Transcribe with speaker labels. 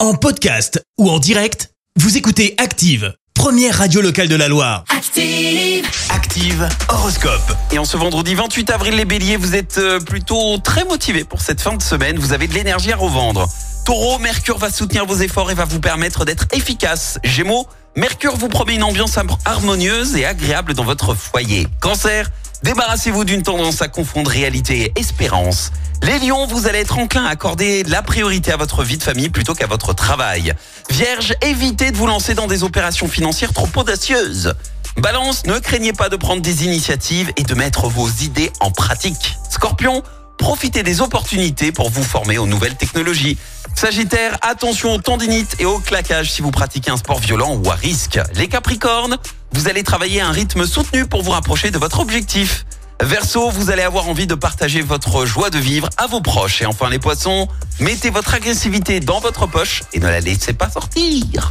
Speaker 1: En podcast ou en direct, vous écoutez Active, première radio locale de la Loire.
Speaker 2: Active.
Speaker 3: Active Horoscope. Et en ce vendredi 28 avril, les béliers, vous êtes euh, plutôt très motivés pour cette fin de semaine. Vous avez de l'énergie à revendre. Taureau, Mercure va soutenir vos efforts et va vous permettre d'être efficace. Gémeaux, Mercure vous promet une ambiance am- harmonieuse et agréable dans votre foyer. Cancer, débarrassez-vous d'une tendance à confondre réalité et espérance. Les lions, vous allez être enclin à accorder de la priorité à votre vie de famille plutôt qu'à votre travail. Vierge, évitez de vous lancer dans des opérations financières trop audacieuses. Balance, ne craignez pas de prendre des initiatives et de mettre vos idées en pratique. Scorpion, profitez des opportunités pour vous former aux nouvelles technologies. Sagittaire, attention aux tendinites et au claquage si vous pratiquez un sport violent ou à risque. Les Capricornes, vous allez travailler à un rythme soutenu pour vous rapprocher de votre objectif. Verseau, vous allez avoir envie de partager votre joie de vivre à vos proches. Et enfin les poissons, mettez votre agressivité dans votre poche et ne la laissez pas sortir.